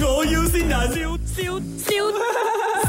要先人，笑笑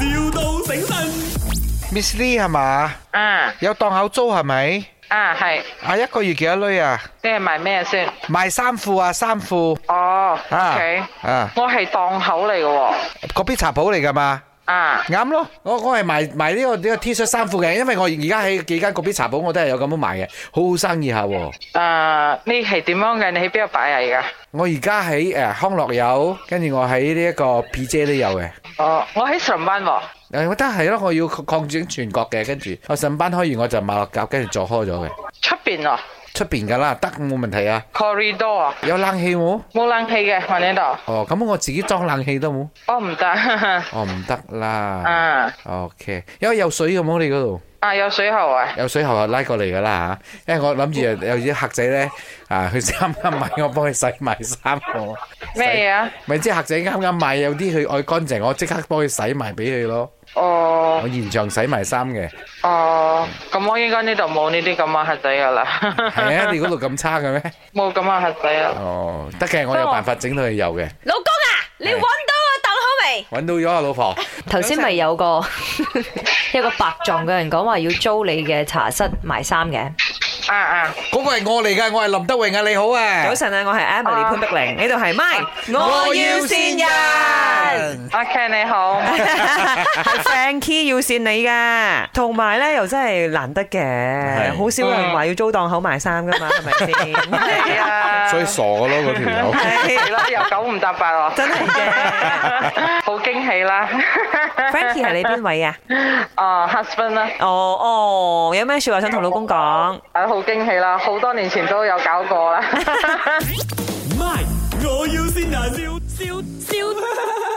笑，,笑到醒神。 Miss Lee 係嘛？嗯，有檔口租係咪？啊係，啊，一個月幾多鐳啊？你係賣咩先？賣衫褲啊，衫褲哦啊，OK，啊，我係檔口嚟嘅喎，嗰邊茶鋪嚟㗎嘛？啊，啱咯，我我係賣賣呢個呢個 T 恤衫褲嘅，因為我而家喺幾間嗰邊茶鋪我都係有咁樣賣嘅，好好生意下喎。誒，你係點樣嘅？你喺邊度擺嚟㗎？我而家喺誒康樂有，跟住我喺呢一個 P 姐都有嘅。哦，我喺上班喎，誒，我得係咯，我要擴展全國嘅，跟住我上班開完我就馬落教，跟住做開咗嘅，出邊喎出邊㗎啦，得冇問題啊， ，corridor 啊，有冷氣冇？冇冷氣嘅我呢度，哦，咁我自己裝冷氣得冇？哦唔得， 哦，唔得啦。啊 OK，因為有水嘅冇你嗰度。啊有水喉啊，有水喉就拉過嚟噶啦嚇，因為我諗住有有啲客仔咧啊，佢啱啱買，我幫佢洗埋衫我。咩嘢啊？咪即係客仔啱啱買，有啲佢愛乾淨，我即刻幫佢洗埋俾佢咯。 哦我現場洗埋衫嘅，哦，咁我應該呢度冇呢啲咁嘅客仔㗎啦， 係啊，你嗰度咁差嘅咩？冇咁嘅客仔啊。哦，得嘅，我有辦法整到佢有嘅， 老公啊，你係揾到我凳口未？揾到咗啊，老婆。頭先咪有 個有個白撞嘅人講話要租你嘅茶室賣衫嘅，啊啊，嗰個係我嚟㗎，我係林德榮啊，你好啊。早晨啊，哦我係 Emily 潘碧玲，呢度係 My，我要善人，阿 Ken 你好， 係 Frankie 要善你噶，同埋咧又真係難得嘅，好少人話要租檔口賣衫噶嘛，係咪 先？係啊，所以傻咯嗰條友。係係咯，又九唔搭八咯，真係 嘅 好驚喜啦。 ，Frankie 係你邊位啊？ 啊，husband 啦，哦哦，有咩説話想同老公講？啊，好驚喜啦，好多年前都有搞過啦。 My，我要先人，笑笑笑，